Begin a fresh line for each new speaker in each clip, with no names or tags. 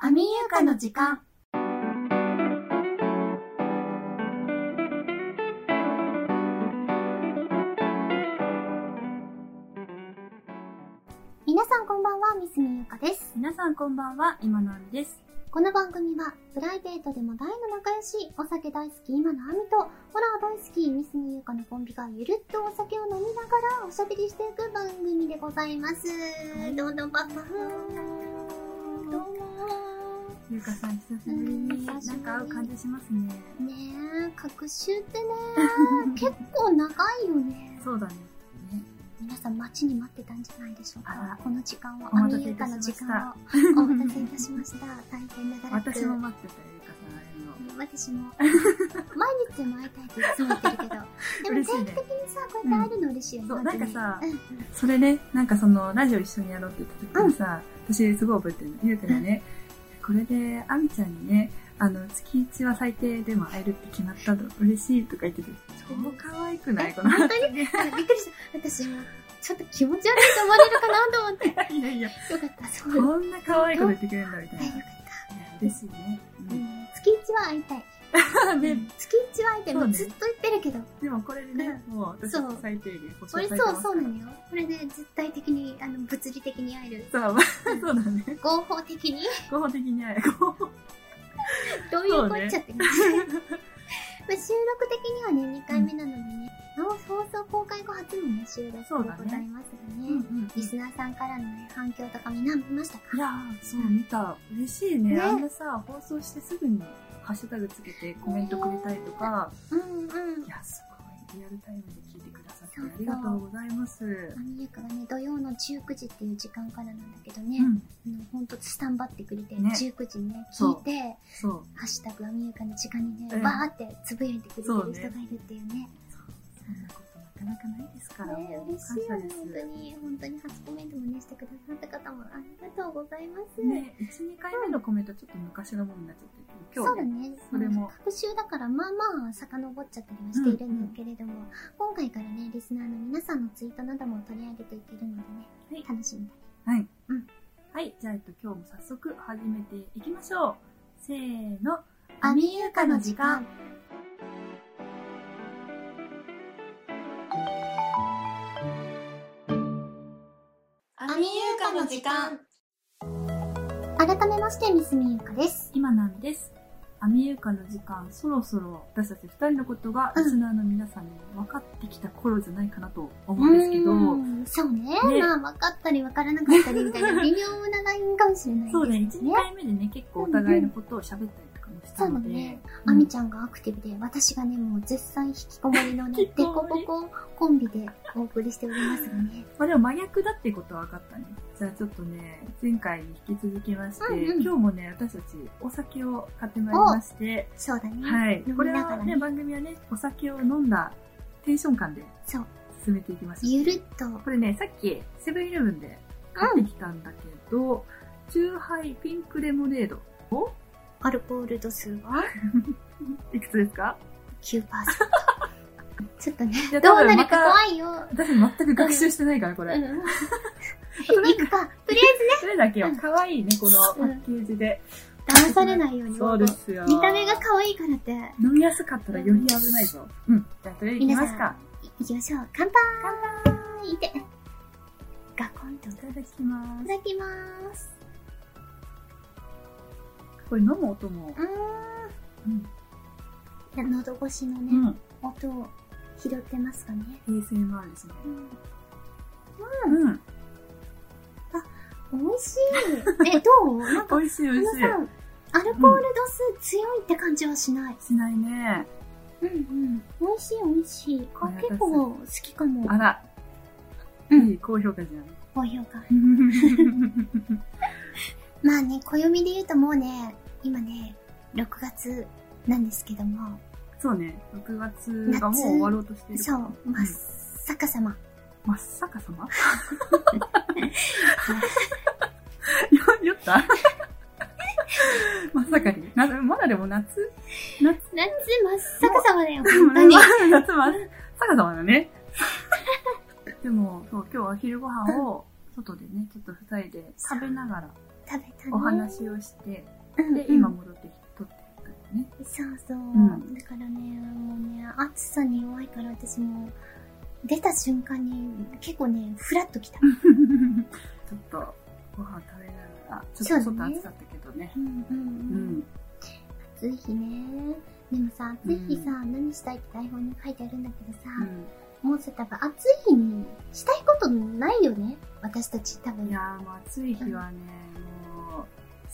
中の時間。皆さんこんばんは、ミスミユカです。
皆さんこんばんは、今のあみです。
この番組は、プライベートでも大の仲良し、お酒大好き今のあみと、ホラー大好きミスミユカのコンビがゆるっとお酒を飲みながらおしゃべりしていく番組でございます。
い
どんどんばんばん。どうも
ゆうかさん久しぶり
うん
に、
久しぶり
なんか会う感じしますね。
ー。ねえ、隔週って ね、結構長いよね。
そうだね。ね
皆さん待ちに待ってたんじゃないでしょうか
あ。
この時間を、
お
ア
待た
ミ
せ
ユ
い
カ
た
の時
しま
間をお待たせいたしました。大変長らく。
私も待ってたよ、ゆうかさん、あれの。
私も毎日でも会いたいっていつも言ってるけどでも
嬉しい
定
ね
期的にさこうやって会えるの嬉しいよね、
そう
まずね
なんかさ
うんうん
それね、なんかその、ラジオ一緒にやろうって言った時にさ、私すごい覚えてるの。ゆうかがね、これで、あみちゃんにね、あの、月1は最低でも会えるって決まったの、嬉しいとか言ってて、超可愛くないこの
本当にびっくりした私もちょっと気持ち悪いと思われるかなと思ってよ
いやいや、
かったそう
こんな可愛いこと言ってくれるんだ、みたい
はい
な
よかっ。
嬉しいね。
た、うん、月一は会いたい、
うんね
月一は会いたい、もうずっと言ってるけど
でもこれでね、もう私
そう
は最低限保
これそうそうなのよこれで絶対的にあの物理的に会える
そう、まあ、そうだね。
合法的に
合法的に会える。合法
どういうこっちゃって感じ
そう
まあ、収録的にはね、2回目なのでね、の放送公開後初のね、収録で
そうだね
ございますが
う
ね
んうん
リスナーさんからのね、反響とかみんな見ましたか
いやー、そう、見た。嬉しいね。
ね
あんなさ、放送してすぐにハッシュタグつけてコメントくれたりとか、
うんうん
い。や、すごい。リアルタイムで聞いてくださってありがとうございます。
アミゆかがね、土曜の19時っていう時間からなんだけどね、
うん、
あのほんとスタンバってくれて、
ね
19時にね、
そ
聞
う
いて、
そう。
ハッシュタグアミゆかの時間に
う
ね、
ん
バーってつぶやいてくれてる
そうね
人がいるっていうね。
そんなことなかなかないですから。
ね、
もう
嬉しいよ
感
ね
謝で、す
本当に。本当に初コメントもね、してくださった方もありがとうございます。
ね、1、2回目のコメントちょっと昔のものになっちゃってるけど、
そう
今
だ
日ね、
ね。
それも
学習だから、まあまあ、遡っちゃったりはしているんだけれども、今回からね、リスナーの皆さんのツイートなども取り上げていけるのでね、
はい
楽しみだ。
はい。
うん
はい。じゃあ、えっと、今日も早速始めていきましょう。せーの。
アミユカの
の
時
時
間
間。
アミユカの時間。改めまして、ミスミユカです。
今のあみです。あみゆかの時間、そろそろ私たち二人のことが、
うん
リスナーの皆さんに分かってきた頃じゃないかなと思うんですけど、
うんそうね。
ね
まあ、分かったり分からなかったりみたいな微妙なラインかもしれないですね。
そうね、1、2回目でね、結構お互いのことを喋ったりとかもしたので、
そうだね
うん
アミちゃんがアクティブで、私がね、もう絶賛引きこもりのね、
引
デ
き
コ
こも
ボ
り
ココンビでお送りしておりますがね。
まあでも真逆だっていうことは分かったね。じゃあちょっとね、前回に引き続きまして、
うんうん
今日もね、私たちお酒を買ってまいりまして、
そうだね。
はい。
飲
こ
み
れ
なが
は
ら
ね、
ね。
番組はね、お酒を飲んだテンション感で
そう。
進めていきましょう。
ゆるっと。
これね、さっきセブンイレブンで買ってきたんだけど、チューハイピンクレモネードを
アルコール度数は
いくつですか
9%。ちょ っとね
いや、
ど
多
う
分
なる
また
か怖いよ。
私全く学習してないから、こ
う
れ。
ん。行くか。とり
それだけよ
うん。
可愛いね、このパッケージで。
あえず騙されないように。
そうですよ。
見た目が可愛いからって。
飲みやすかったらより危ないぞ。うん。じゃあ、とりあえず行きますか。
い行きましょう。乾杯いて。ガコンと。い
いただきま
た
す。
だきます。
これ飲む音も
う。ーん。喉越しの
う
ね、
ん。
音を拾ってますかね。
ASMR ですね。
うん
うん。
美味しい。え、どうなんか、
美味しい
あ
美
の
味しい。
さ、アルコール度数強いって感じはしない。
しないね。
うんうん。美味しい美味しい。
こ
あ
れ
結構好きかも。
あら。
うん
いい高評価じゃん。
高評価。まあね、暦で言うともうね、今ね、6月なんですけども、
そうね。6月がもう終わろうとしてる。
そう、
ん
真っ逆さま。
真っ逆 さまよ 酔ったまっさかに。なまだでも夏
夏真っ逆さまだよ、本
夏
当に。
真っ逆さまだね。でも、そう、今日は昼ご飯を外でね、ちょっと二人で食べながら
食べたね。
お話をして、
うん
で、今戻ってきて撮ってたよね。
そうそう。
ん
だからね、もうね、暑さに弱いから私も、出た瞬間に結構ね、ふらっときた。
ちょっとご飯食べながら、ち
そ
ょ
う
っと
だね
外暑かったけどね。
うんうん
う
うん。
ん。
暑い日ね。でもさ、暑い日さ、何したいって台本に書いてあるんだけどさ、もうさ、多分暑い日にしたいことないよね。私たち多
うん、
分
い。やーもう暑い日はね、も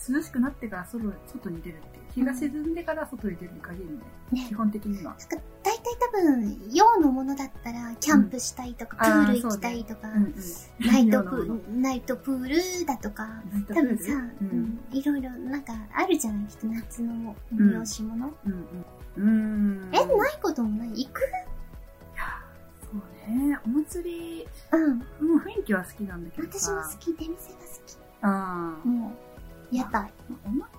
う、涼しくなってから外外に出るっていう。日が沈んでから外に出るに限るね。
ね
基。本的には。
なんか大体多分、洋のものだったら、キャンプしたいとか、
うんあー
プール行きたいとか、
うんうん。
ナイトプ
量のも
ーナイトプールだとか、
ナイト
多
プール
分さ、う
うんん、
いろいろなんかあるじゃないきっと夏の催し物。
うんうん。うん。
え、ないこともない行く
そうね。お祭り、
うん。
もう雰囲気は好きなんだけど
私
さ。
も好き、出店が好
あ
き。もう、屋台。
あ。お祭りは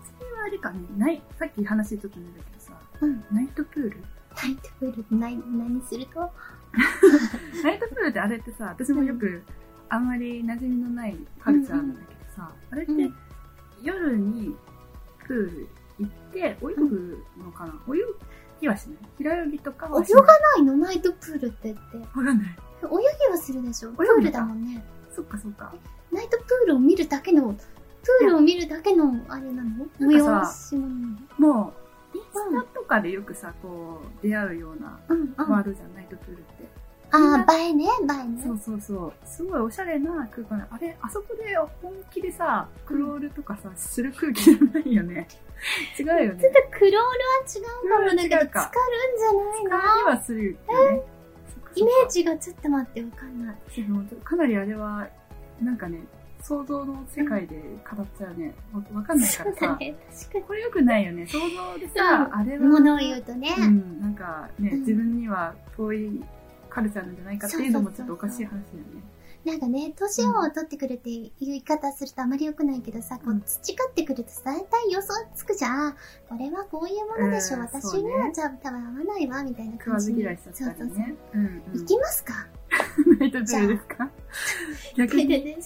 あれかね、ない、さっき話ちょっと出たけどさ、
うん。
ナイトプール
ナイトプール、な、何すると
ナイトプールってあれってさ、私もよくあんまり馴染みのないカルチャーなんだけどさ、あれって
うん
夜にプール行って泳ぐのかな、泳ぎはしない平泳ぎとかはし
泳
ない
がないのナイトプールって言って。泳
わかんない。
ぎはするでしょプールだもんね。
そっかそっか。
ナイトプールを見るだけの、プールを見るだけの、あれなの
なんか
催し物なの
もう、インスタとかでよくさ、こう、出会うような
うんうん。
ワードじゃん、ナイトプールって。
ああ、映えね、映えね
そ。うそうそう。すごいおしゃれな空間。あれ、あそこで本気でさ、クロールとかさ、する空気じゃないよね。 違うよ
ちょっ
ね。
とクロールは違うかもだけど、
クロールは違
浸
う
か
か
るんじゃ
使
ないの
いはするよね。
イメージがちょっと待って、わかんない。
ジかなりあれは、なんかね、想像の世界で語っちゃうね。わわかんないか
そ
ら
うだ
さ。
ね、 確か
これよくないよね。想像でさ、
そう
あれ
に。
は。
物を言うとね、
うん、なんかね、
うん
自分には遠いカルチャーなんじゃないかっていうのもちょっとおかしい話だよね。
なんかね、年を取ってくるっていう言い方するとあまり良くないけどさ、こ
う
うん培ってくると大体予想つくじゃん。あこれはこういうものでしょ、う
うん
私
そう
に
ね
はじゃあ多分合わないわ、みたいな
食わ
感
ず
じに。
嫌いしちゃった
そう
り
そうそう
ね。うんうん
行きますか
ナイトプールですか逆
で
に。
ね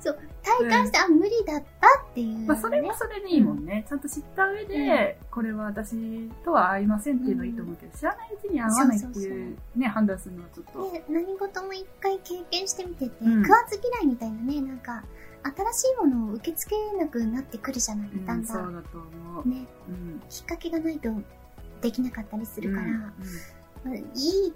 そう、体感して、あ、無理だったっていう、ね。
まあ、それはそれでいいもんね。ちゃんと知った上で、これは私とは合いませんっていうのはいいと思うけど、知らないうちに合わないって
そうそう
いうね、判断するのはちょっと。
で何事も一回経験してみてて、
うん
食わず嫌いみたいなねなんか新しいものを受け付けなくなってくるじゃない、
う
だん
ん、
だ
そうんだと思う。
ね
うん。
きっかけがないとできなかったりするから、
うん
まあいい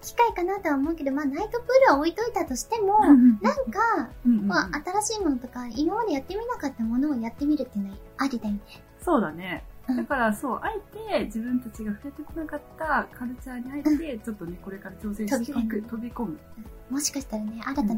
機会かなとは思うけど、まあ、ナイトプールは置いといたとしても、
うんうん
なんか、
うんうんうん
まあ、新しいものとか今までやってみなかったものをやってみるっていうのはありだよね
そうだね。
うん
だから、そう、あえて自分たちが触れてこなかったカルチャーにあえて、ちょっとね、これから挑戦していく、
飛
飛び込む。
もしかしたらね新たな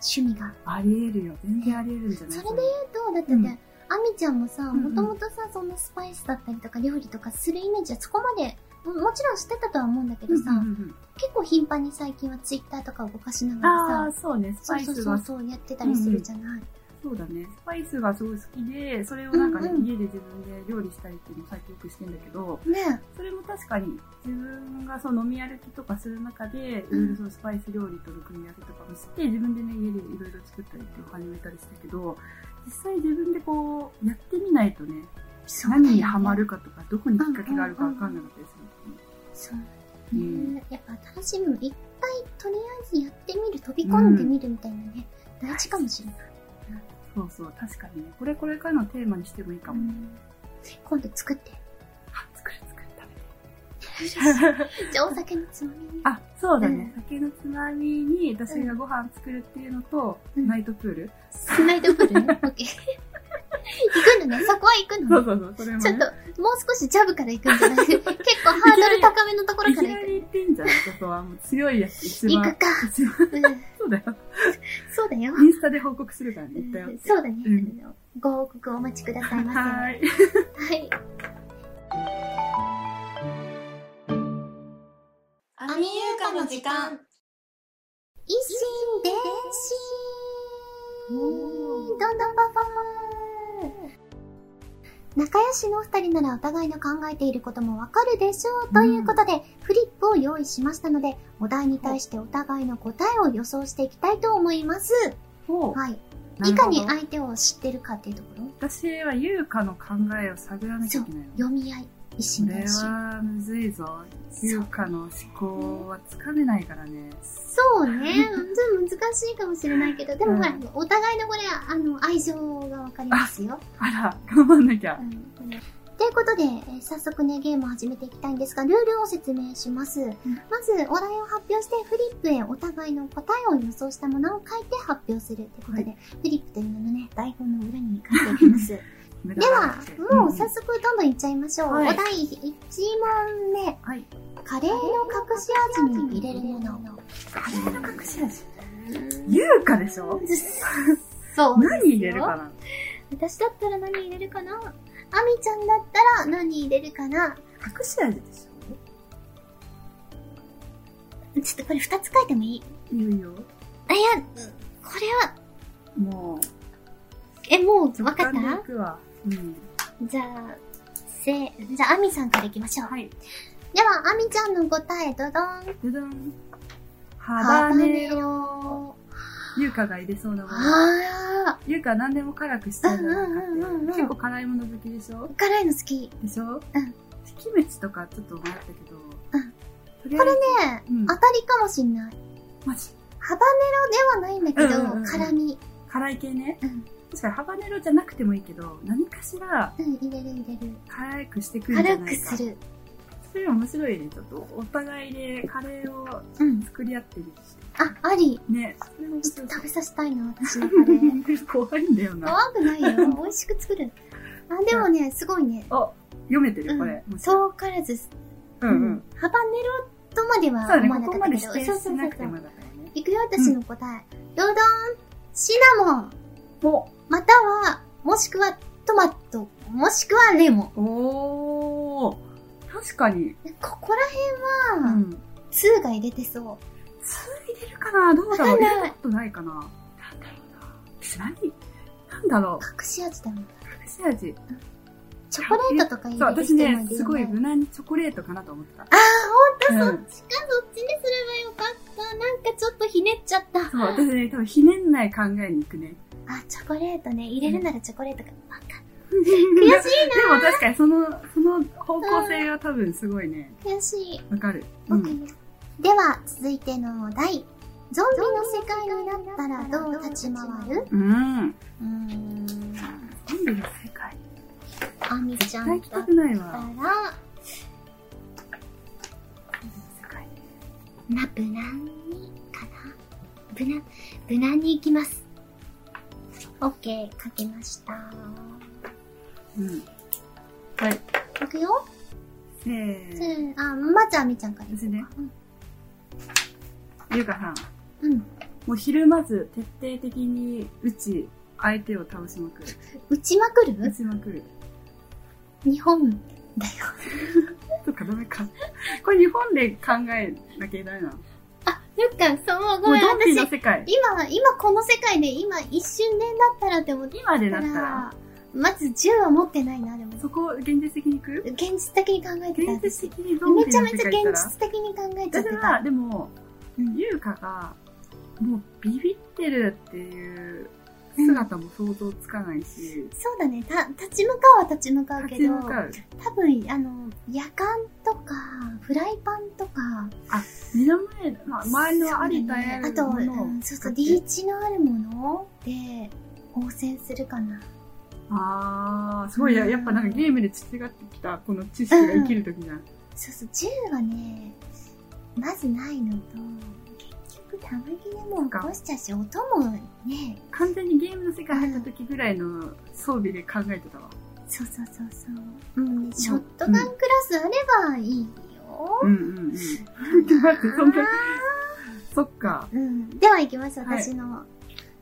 趣味が、
ありえるよ。全然ありえるんじゃない
それで言うとだってね、あみちゃんもさ、
うん
も
うん
ともとさ、そんなスパイスだったりとか料理とかするイメージはそこまで、ももちろんしてたとは思うんだけどさ、
うんうんうん
結構頻繁に最近はツイッターとかを動かしながら
ああ、そうね、ス
さ、
パイ
そう
ス
そ
が
うそうやってたりするじゃない。
そうだね。スパイスがすごい好きで、それをなんかね、
うんうん
家で自分で料理したりっていうのを最近よくしてんだけど、
ね
それも確かに自分がそう飲み歩きとかする中で、い
うん
ろいろそのスパイス料理との組み合わせとかもして、自分でね、家でいろいろ作ったりっていうのを始めたりしたけど、実際自分でこう、やってみないとね、
そうだよね
何にハマるかとか、どこにきっかけがあるかわかんなかったりす
そう
う
ね、
ん
やっぱ新しいもの一回とりあえずやってみる、飛び込んでみるみたいなね、大事かもしれない。
るの。そうそう、確かにね、これこれからのテーマにしてもいいか
う
も。
ん今度作って。
あ、作る作
じ
る、食べて。
ゃあお酒のつまみに。
あ、そうだ
うん
ね。酒のつまみに、私がご飯作るっていうのと、
うん
ナイトプール。
ナイトプール ね。オッケー。行くのね。そこは行く
そ
のね。
うそうそう、それも、ね。
ちょっと、もう少しジャブから行くんじゃない結構ハードル高めのところ
い
か
き
ら
な
行
り言ってんじゃん、そこは。もう強いやつ、一
く。行
番。
くか。
一番
うん
そうだ よ。
そうだよ。
インスタで報告するからね、言ったよって。
そうだね
うん。
あのご報告お待ちくださいませ。
は
は
ーい。
い。
アミユーカの時間。
一心伝
お
心
ー
どんどんパパ仲良しのお二人ならお互いの考えていることもわかるでしょう、
うん
ということで、フリップを用意しましたので、お題に対してお互いの答えを予想していきたいと思います。
ほう。
はい。
ないる
か
ほど
に相手を知ってるかっていうところ
私は優香の考えを探らなきゃいけないの。
読み合い一
こ
心同
れ
士
はむずいぞ。優香の思考はつかめないからね。
そうねちょっと難しいかもしれないけどでも
うん
ほら、お互いのこれあの愛情がわかりますよ
あら、頑張んなきゃ
う。んこれということで、えー早速ね、ゲームを始めていきたいんですが、ルールを説明します。まず、お題を発表して、フリップへお互いの答えを予想したものを書いて発表するってことで、
は
フリップというものね、台本の裏に書いておきます。で
無駄
は
だって、
もう
うん
早速どんどんいっちゃいましょう。
はい
お題1問目、
はい。
カレーの隠し味に入れるもの。
カレーの隠し味。優香でしょ
そうですよ
何入れるかな
私だったら何入れるかなあみちゃんだったら何入れるかな
隠し味でし
ちょっとこれ2つ書いてもいい
ょいよいよ。
あ、いや、これは、
も
え、もう、
う、
わかっ
直感で
た
いくわ。うん。
じゃあ、せ、じゃあ、アミさんからいきましょう。
はい。
では、アミちゃんの答え、どどん。
でどん。ハバネロ。
ロ。
優香が入れそうなもの。
あ
優香何でも辛くしちゃうんだなって
うんうんうんうん
結構辛いもの好きでしょ
ー、辛いの好き。
でしょ
うん。
キムチとかちょっと迷ったけど。
うん
とりあ
こ
えず
れ、ね、
うん
当たりかもしんない。
マジ。
ハバネロではないんだけど、
うんうんうん
辛み。
辛い系ね。
うん
確かにハバネロじゃなくてもいいけど、何かしら
うん、入れる入れる。
辛くしてくるんじゃ
辛
な
く
いか。
する。
それ面白いね。ちょっとお互いでカレーを
うん。
作り合ってるし。
あ、あり。
ね。それ面
ちょ
白
っ
い
と食べさせたいな、私のカレー。
怖いんだよな。
怖くないよ。 美味しく作る。あ、でもね、すごいね。
あ、読めて
う
る、これ。
ん。そうからず、
う。う
うん
うん。
ハバネロとまでは
そうだね、
思わな
ここ
か
ま
った
で
け
指
ど、
定しなくても
う。
だからね。
いくよ、私の答え。ドドン、シナモン、
お
または、もしくはトマト、もしくはレモン。
おー確かに。
ここら
う
辺は、
ん。
ツーが入れてそう。
酢入れるかなどうだろ
わか
う
んない
入れたことないかななんだろうな。私何なんだろ
隠し味だもん。
う隠し味。
チョコレートとか入
そう、
れて
私
きても
ね、
いい
す
よ
ごい
ね。
無難にチョコレートかなと思ってた。あ
あ、
あ、
そっちか、そっちにすればよかった。なんかちょっとひねっちゃった。
そう、私ね、多分ひねんない考えに行くね。
あ、チョコレートね。入れるならチョコレートか。わかる
悔しいなでも確かにその、その方向性は多分すごいね、
悔しい。
わかる。う
わ
ん
か。るでは、続いてのお題。ゾンビの世界になったらどう立ち回る
うん。
うーん。
なんでの世界
あみちゃ
絶対
ん
行き
だ
た
っ
くない
た
わ。
ら、
世界
まあ、無難にかな。無難、無難に行きます。オッケー、書けました。
うん。はい。
いくよ。
せー
せーあ、まずあみちゃんから行こう
私ね
うん。
ゆうかさん、
うん。
もうひるまず徹底的に打ち、相手を倒しまくる。
打ちまく
打
る
ちまくる。
日本だよ。
とかダメか。これ日本で考えなきゃいけないな。も
あ、よっかん、そう、ご
う
めん、
ドンピ
私
ー、の世界。
今、今この世界で、今一瞬でだったらって思って
今で
た
なった
ら
ら、、
まず銃は持ってないな、でも。
そこを現実的に行く
現実的に考えてた
現
私
実的にゾンビ
め
の
ちゃ
世
め
界
ちゃ
行った
現
ら
実的に考えちゃっ
そ
て
れ
た。
は、でも、
うん
ゆうかが、もうビビってるっていう姿も想像つかないし、
そうだね。た、立ち向かうは立ち向かうけ
立
ど、
ち向かう。
多分、あの、夜間とか、フライパンとか、
目の前の、まあ、周りのありとあらゆ
あ
る
と、
ものを
うんそう
使
そ
っ
う、
て、
リーチのあるもので、応戦するかな。
ああすごいややっぱなんかゲームで培ってきたこの知識が生きる時じゃん、
そうそう、銃はね、まずないのと、結局、たまきでも起こしちゃうし、音もね、
完全にゲームの世界入った時ぐらいの装備で考えてたわ
そうそうそうそう。うん、ショットガンクラスあればいいよ。
うんうんうん 待ってそんなそっか
うん。では行きます、
はい
私の。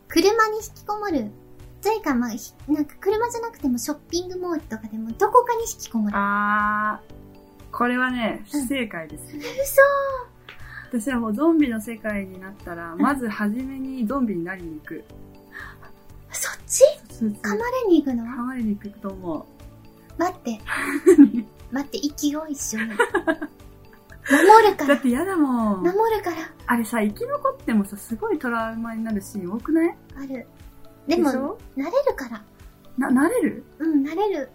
車に引きこもる。というか、まあ、ひなんか車じゃなくてもショッピングモールとかでもどこかに引きこもる。
あーこれはね
うん
不正解です、
嘘
私はもうゾンビの世界になったらまず初めにゾンビになりに行く
そっち噛
そうそう
まれに行くの
噛まれに行くと思う
待 って。待って、息を一緒に。守るか
だ
ら
っ。て嫌だもん
守るから。
あれさ生き残ってもさすごいトラウマになるシーン多くない
ある。でも、
でし
慣
ょ
れるから。
な、慣れる
うん、慣れる。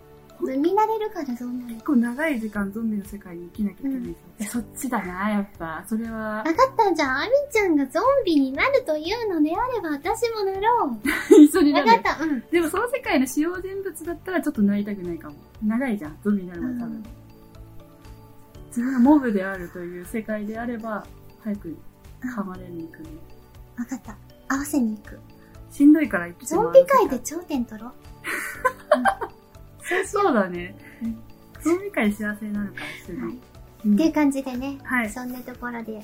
図に慣れるからそうなる。
結構長い時間ゾンビの世界に生きなきゃいけないんですよ。えそっちだな、やっぱ。それ
わ。
は
かった、じゃあ、アミちゃんがゾンビになるというのであれば、私もなろう。
一緒にな
わかっ
る。
た、うん。
でもその世界の主要人物だったらちょっとなりたくないかも。長いじゃん、ゾンビになるまで多
うん
分。自分がモブであるという世界であれば、早く噛まれに行くね。
わかった。合わせに行く。
しんどいから生きて
ゾ
も
ン
らう
ビ界で頂点取ろう。
そうだね
うん。
ゾンビ界幸せになるから、す
は
ぐ
い。
うん
っていう感じでね、
はい
そんなところで、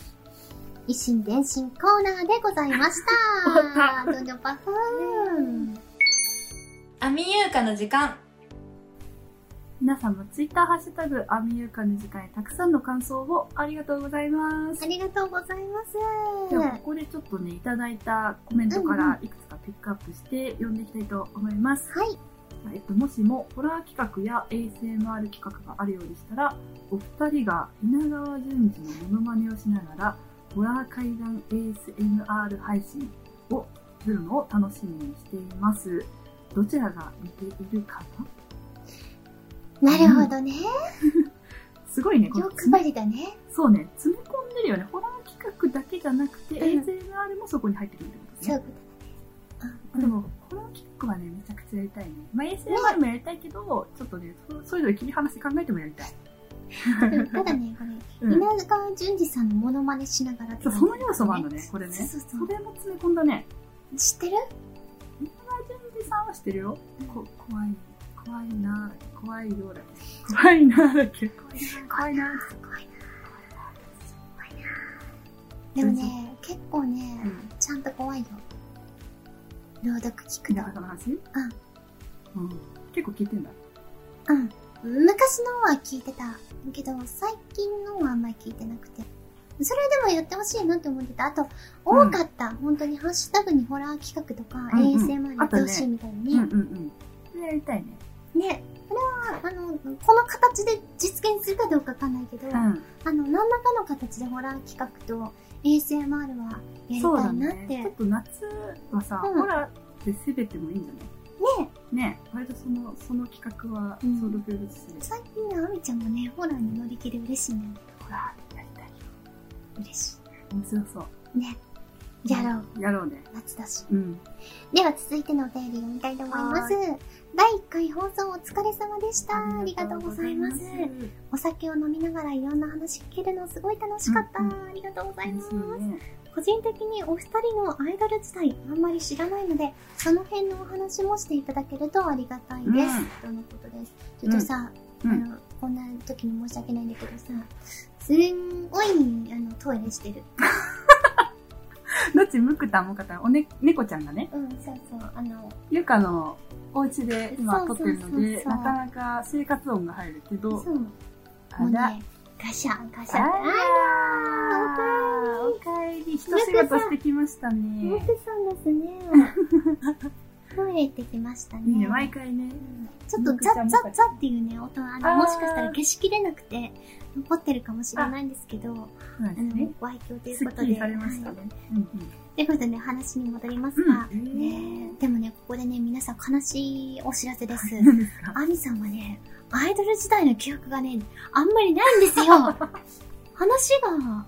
一心伝心コーナーでございまし。
終わった
どんどんパフーン。
アミユーカの時間。
皆さんもツイッターハッシュタグ、アミユーカの時間へたくさんの感想をありがとうございます
あ。りがとうございます。
では、ここでちょっとね、いただいたコメントからいくつかピックアップして読んでいきたいと思います。
はい。
えっと、もしもホラー企画や ASMR 企画があるようでしたら、お二人が稲川淳二のモノマネをしながら、ホラー怪談 ASMR 配信をするのを楽しみにしています。どちらが似ているかな
なるほどね。
すごいね、この
欲張りだね。
そうね、詰め込んでるよね。ホラー企画だけじゃなく
う
て、
ん
ASMR もそこに入ってくるってこと
そ
ね
う。
でも、ホラー企画はね、めちゃくちゃやりたいね。まあ、ASMR もやりたいけど、ちょっとね、そそれぞれ切り離して考えてもやりたい。
うんただ ね、これ、
うん
稲川淳二さんのモノマネしながらって
そ
感じ
うその要素もあるのね、これね。
そうそうそう
れも詰め込んだね。
知ってる
純次さんは知ってるよ。こ怖い、怖いな、怖いようだけど怖いな、だっけ。怖いな、怖いな。
怖いなでもね、結構
う
ね、
ん。
ちゃんと怖いよ。朗読聞く
稲
の。
葉さんの話うん。結構聞いてんだ。
うん。昔のは聞いてた。けど、最近のはあんまり聞いてなくて。それでもやってほしいなって思ってた。あと、多
うん
かった。本当にハッシュタグにホラー企画とか、
うんうん
ASMR やってほしいみたいに
うんうん
ね。
うん。それやりたいね。
ね。これは、あの、この形で実現するかどうかわかんないけど、
う
あ
ん。
の、何らかの形でホラー企画と ASMR はやり
そう
た
だ
いなっ
ね。
て。
ちょっ
ね
と夏はさ、
うん
ホラーで攻めてもいいんじゃないね割とその、その企画は、
うん
ソウルフルスで、
最近ね、あみちゃんもね、ホラーに乗り気で嬉しいね。
ホラーやりたいよ。
嬉し
面白そう。
い。ね。やろう。
やろうね。
夏だし。
うん。
では続いてのお便り読みたいと思います。第1回放送お疲れ様でした。ありがとうございます。お酒を飲みながらいろんな話聞けるのすごい楽しかった。
うん
ありがとうございま
嬉
す
し。いね。
個人的にお二人のアイドル時代あんまり知らないので、その辺のお話もしていただけるとありがたいです。とのことです。ちょっとさ、
うん
あの、こんな時に申し訳ないんだけどさ、すんごい、あの、トイレしてる。
どっちムクタンモカタンおね、猫ちゃんがね、
うん、そうそう、あの、
ゆかのお家で今撮ってるので、
そうそうそうそう
なかなか生活音が入るけど、
そう、も
あ
う
ら、あ
ね、ガシャンガシャン。あ
ら、おかえり、一仕事してきました
モ
ね。
テさんです ね。トイレ行ってきました
いいね、
ね。
毎回ね。
ちょっとザッザッザッっていうね、音は、あの、
あー
もしかしたら消しきれなくて、残ってるかもしれないんですけど、あ
そうなんです
の
ね。、
ご愛嬌とい
す
う
っ
こと
き
で。
りされました
は
ね
い。
うん
ということでね、話に戻りますが、
うん
ねでもね、ここでね、皆さん悲しいお知らせです。
うん。何ですか
アミさんはね、アイドル時代の記憶がね、あんまりないん ですよ話が、
ま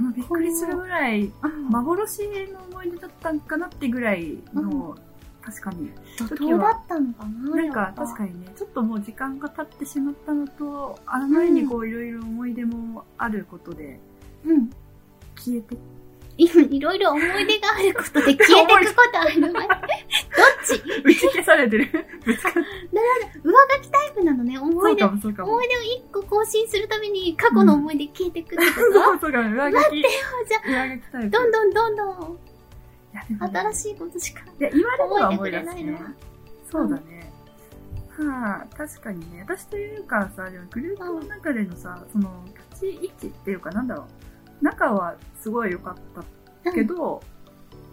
あびっくりするぐらい、
うん、
幻の思い出だったんかなってぐらいの、確かに。
怒涛だったのかな
なんか確かにね、ちょっともう時間が経ってしまったのと、あまりにこういろいろ思い出もあることで、
に。うん。
消 えて、
いろいろ思い出がある ことで消えていくことあるわどっち
打ち消されてる。ぶつかっ
上書きタイプなのね、思
そ
いう出。
か
思
もそうかも。
い出を一個更新するために過去の思い出消えていくってこと、
そうそうかも、上書き。
じゃ
上書きタイプ。
どん
ん。
どんどんどん、新
い
しいことしか。
や、今でもは思い出
覚
す
えてくれ
ね
ないな。
そうだね。はあ、確かにね、私というかさ、でもグループの中でのさ、その、立ち位置っていうかなんだろう。仲はすごい良かった
うん
けど、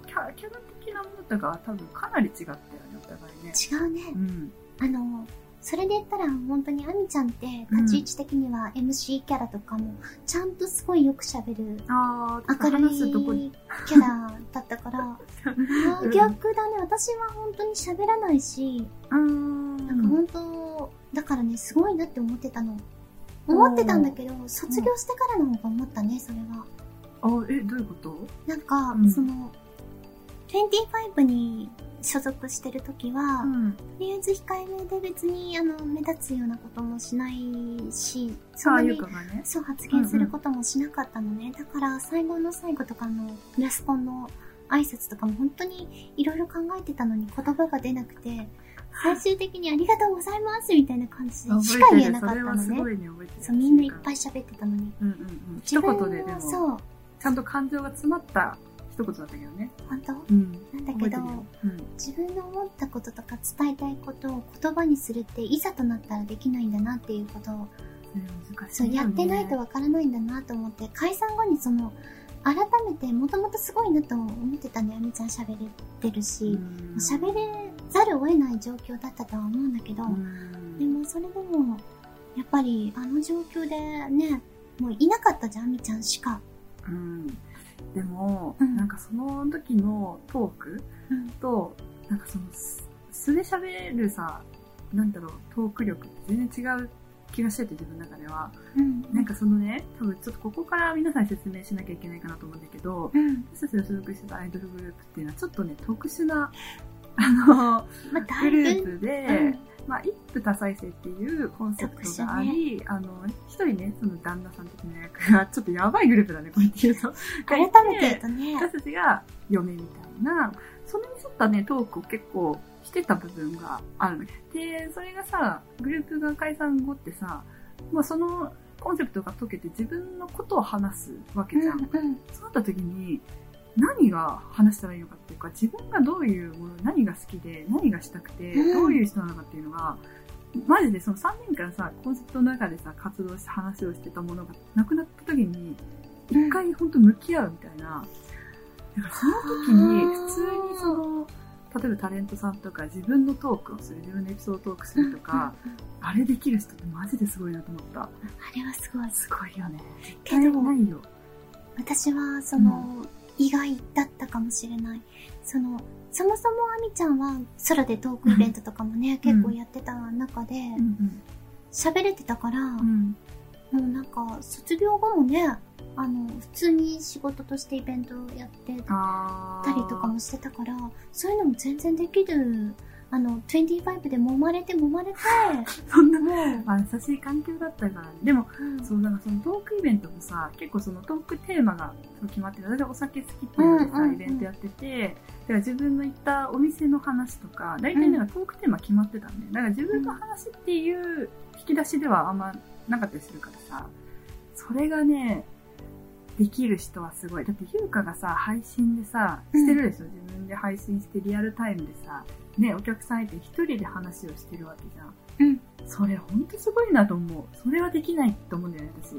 キャキャラ的なものとかは多分かなり違ったよね、お互いね。
違うね
う。ん。
あの、それで言ったら本当にアミちゃんって立ち位置的には MC キャラとかもちゃんとすごいよく喋る
ああ、
明る
話すとこに
いキャラだった からあー逆だね私は本当に喋らないし
うーん。
なんか本当だからねすごいなって思ってたの思ってたんだけど卒業してからの方が思ったねそれは
あ、え、どういうこと
なんか、
うん
その25に所属してる時は、
ん。
とりあえず控えめで別にあの目立つようなこともしないしそん
さ
な
あ、ゆう
に
かがね。
そう発言することもしなかったのね、だから最後の最後とかのラスコンの挨拶とかも本当にいろいろ考えてたのに言葉が出なくて最終的に「ありがとうございます」みたいな感じしか言えなかった
それ
の
はすご
ね
いね、覚えてる。
そうみんないっ
い。
ぱい喋ってたのに
うんうんうん。一言でで
は
も、
そう
ちゃんと感情が詰まった一言だったけどね。
本当
うん。
なんだけど
覚えてるよ
自分の思ったこととか伝えたいことを言葉にするっていざとなったらできないんだなっていうことを
うん。それ難しい
そ
よ
う
ね。
やってないとわからないんだなと思って解散後にその改めてもともとすごいなと思ってたねあみちゃん喋れてる
う
し
ん
喋、れざるを得ない状況だったとは思うんだけど、
うん
でもそれでもやっぱりあの状況でねもういなかったじゃんあみちゃんしか、
うんでも、
うん
なんかその時のトークと、なんかそのす素で喋るさなんだろうトーク力って全然違う気がしてて自分の中では
うん
なんかそのね多分ちょっとここから皆さんに説明しなきゃいけないかなと思うんだけど
うん
私たちが所属してたアイドルグループっていうのはちょっとね特 殊なあの
まあだ
グ
い
ル
ぶ、
ープで、
うん
まあ、一夫多妻制っていうコンセプトがあり、あの、一人ね、その旦那さん的な役が、 ちょっとやばいグループだね、こうやって言うと。
改めて言うとね
私たちが嫁みたいな、それに沿ったね、トークを結構してた部分があるの。で、それがさ、グループが解散後ってさ、まあそのコンセプトが解けて自分のことを話すわけじゃん。
うんうん
そうなった時に、何が話したらいいのかっていうか、自分がどういうもの、何が好きで、何がしたくて、
うん
どういう人なのかっていうのが、マジでその3年間さ、コンセプトの中でさ、活動して話をしてたものがなくなった時に、
うん
一回本当向き合うみたいな。だからその時に、普通にその、例えばタレントさんとか自分のトークをする、自分のエピソードトークするとか、
うんうん
あれできる人ってマジですごいなと思った。
あれはすごい
すごいよね。
けど
ないよ。
私はその、意外だったかもしれないそのそもそもあみちゃんはソロでトークイベントとかもね、
うん
結構やってた中で
うん
喋、れてたから、
う
も
ん。
うなんか卒業後もねあの普通に仕事としてイベントやってた
あ
りとかもしてたからそういうのも全然できるあの25で揉まれて揉まれて
そんな、
もう、
まあ、優しい環境だったから、でも、
うん
そう、なんかそのトークイベントもさ、結構そのトークテーマが決まってて、大体お酒好きっていうさ、
うんうんうん
イベントやってて、だから自分の行ったお店の話とか、大体なんかトークテーマ決まってたんで、だから自分の話っていう引き出しではあんまなかったりするからさ、それがね、できる人はすごい。だって、優香がさ、配信でさ、してるでしょ、自分で配信してリアルタイムでさ、ね、お客さん相手に一人で話をしてるわけじゃん。
うん
それほんとすごいなと思う。それはできないと思うんだよね、私。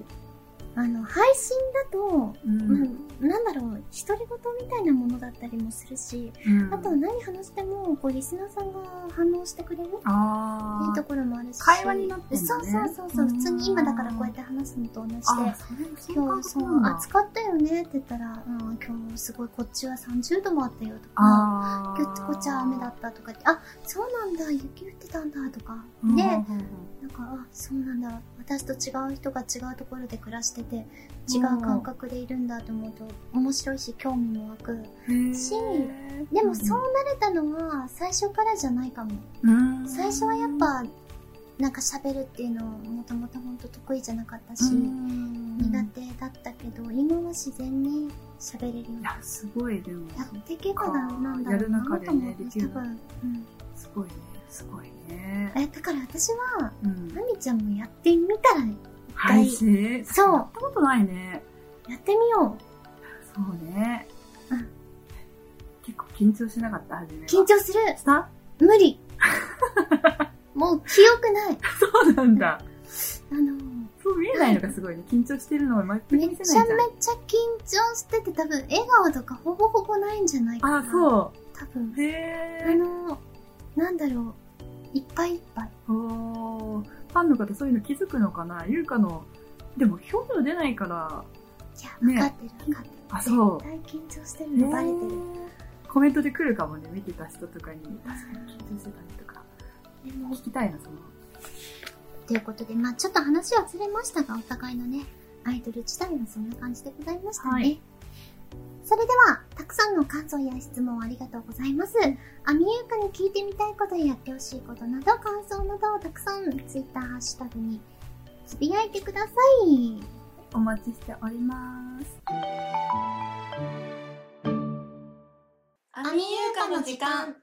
あの配信だと、う
う
ん、なんだろう独り言みたいなものだったりもするし
うん
あと何話してもこうリスナーさんが反応してくれるっ
あ
ていうと
ー
ころもあるし
会話になってんだね
そうそうそうそう普通に今だからこうやって話すのと同じで
あ、それ、そ
今日
そ
そうう
なんだ
暑。かったよねって言ったら、うん、今日すごいこっちは30度もあったよとか
あ
今日こっちは雨だったとかってあそうなんだ雪降ってたんだとか
うん
で
う
なん
んうん
かあそうなんだ私と違う人が違うところで暮らしてて違う感覚でいるんだと思うと面白いし興味も湧く
へー
しでもそうなれたのは最初からじゃないかも
うん
最初はやっ、ぱなんか喋るっていうのはもともと本当得意じゃなかったし、
うん
苦手だったけど今は自然に喋れるように
い
な
や、すごい、でも、
やっていけばな
そっか
なんだろう
やる中
な
で
と
ね
思って、
でき
多
る
分、うん、
すごいね、すごいね。
えだから私は
うん
まみちゃんもやってみたら
配信
そう
やったことないね。
やってみよう
そうね。
うん
結構緊張しなかった、初めは。
緊張する
した
無理 もう記憶ない
そうなんだ。
あ の
そう見えないのがすごいね。緊張してるのを全く
め
見
ちゃめ
せ
ちゃ
ないじゃん。
緊張してて多分笑顔とかほぼほぼないんじゃないかな
あ、そ
多分
う。へ
あ
ー。
の、なんだろう、いっぱいいっぱい。
おーファンの方そういうの気づくのかな優香の、でも表情出ないから、
いや、わかってる、分かってる。
あ、そう。
大緊張してるのバレてる。
コメントで来るかもね、見てた人とかに、確かに緊張してたねとか。
でも
聞きたいな、その。
ということで、まあちょっと話はずれましたが、お互いのね、アイドル時代はそんな感じでございましたね。
はい
それでは、たくさんの感想や質問ありがとうございます。アミユーカに聞いてみたいことややってほしいことなど、感想などをたくさんツイッターハッシュタグにつぶやいてください。
お待ちしております。
アミユーカの時間。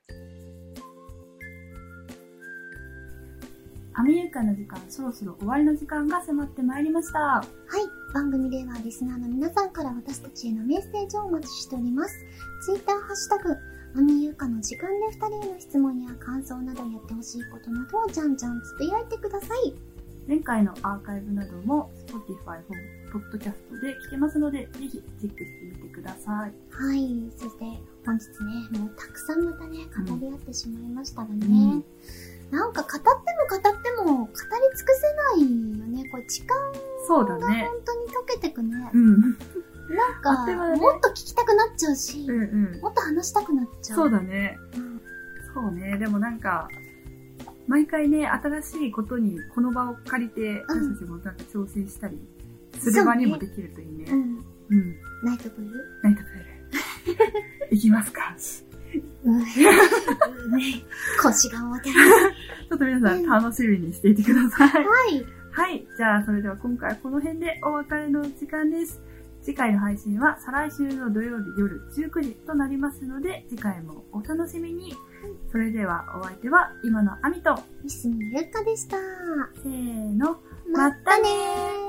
アミユカの時間、そろそろ終わりの時間が迫ってまいりました。
はい。番組ではリスナーの皆さんから私たちへのメッセージをお待ちしております。ツイッターハッシュタグ、アミユーカの時間で2人への質問や感想などやってほしいことなどをじゃんじゃんつぶやいてください。
前回のアーカイブなども Spotify、ポッドキャストで聞けますので、ぜひチェックしてみてください。
はい。そして本日ね、もうたくさんまたね、語り合ってしまいましたがね。
うん
なんか語っても語っても語り尽くせないよね。これ時間
そうだ
が
ね。
本当に溶けてくね。
うん。
なん
あ
か、
っという間だね
もっと聞きたくなっちゃうし、
うんうん。
もっと話したくなっちゃう。
そうだね。
うん
そうね。でもなんか、毎回ね、新しいことにこの場を借りて、私たちもなんか挑戦したりする場にもできるといいね。
うん。
うん。
ナイトブルー
何食べ る行きますか。ち
うん、腰が重たい。
ょっと皆さん楽しみにしていてください。
はい。
はい。じゃあ、それでは今回はこの辺でお別れの時間です。次回の配信は再来週の土曜日夜19時となりますので、次回もお楽しみに。それではお相手は今のアミと、
ミスミユカでした。
せーの、
ま
ま
った
ね
ねー。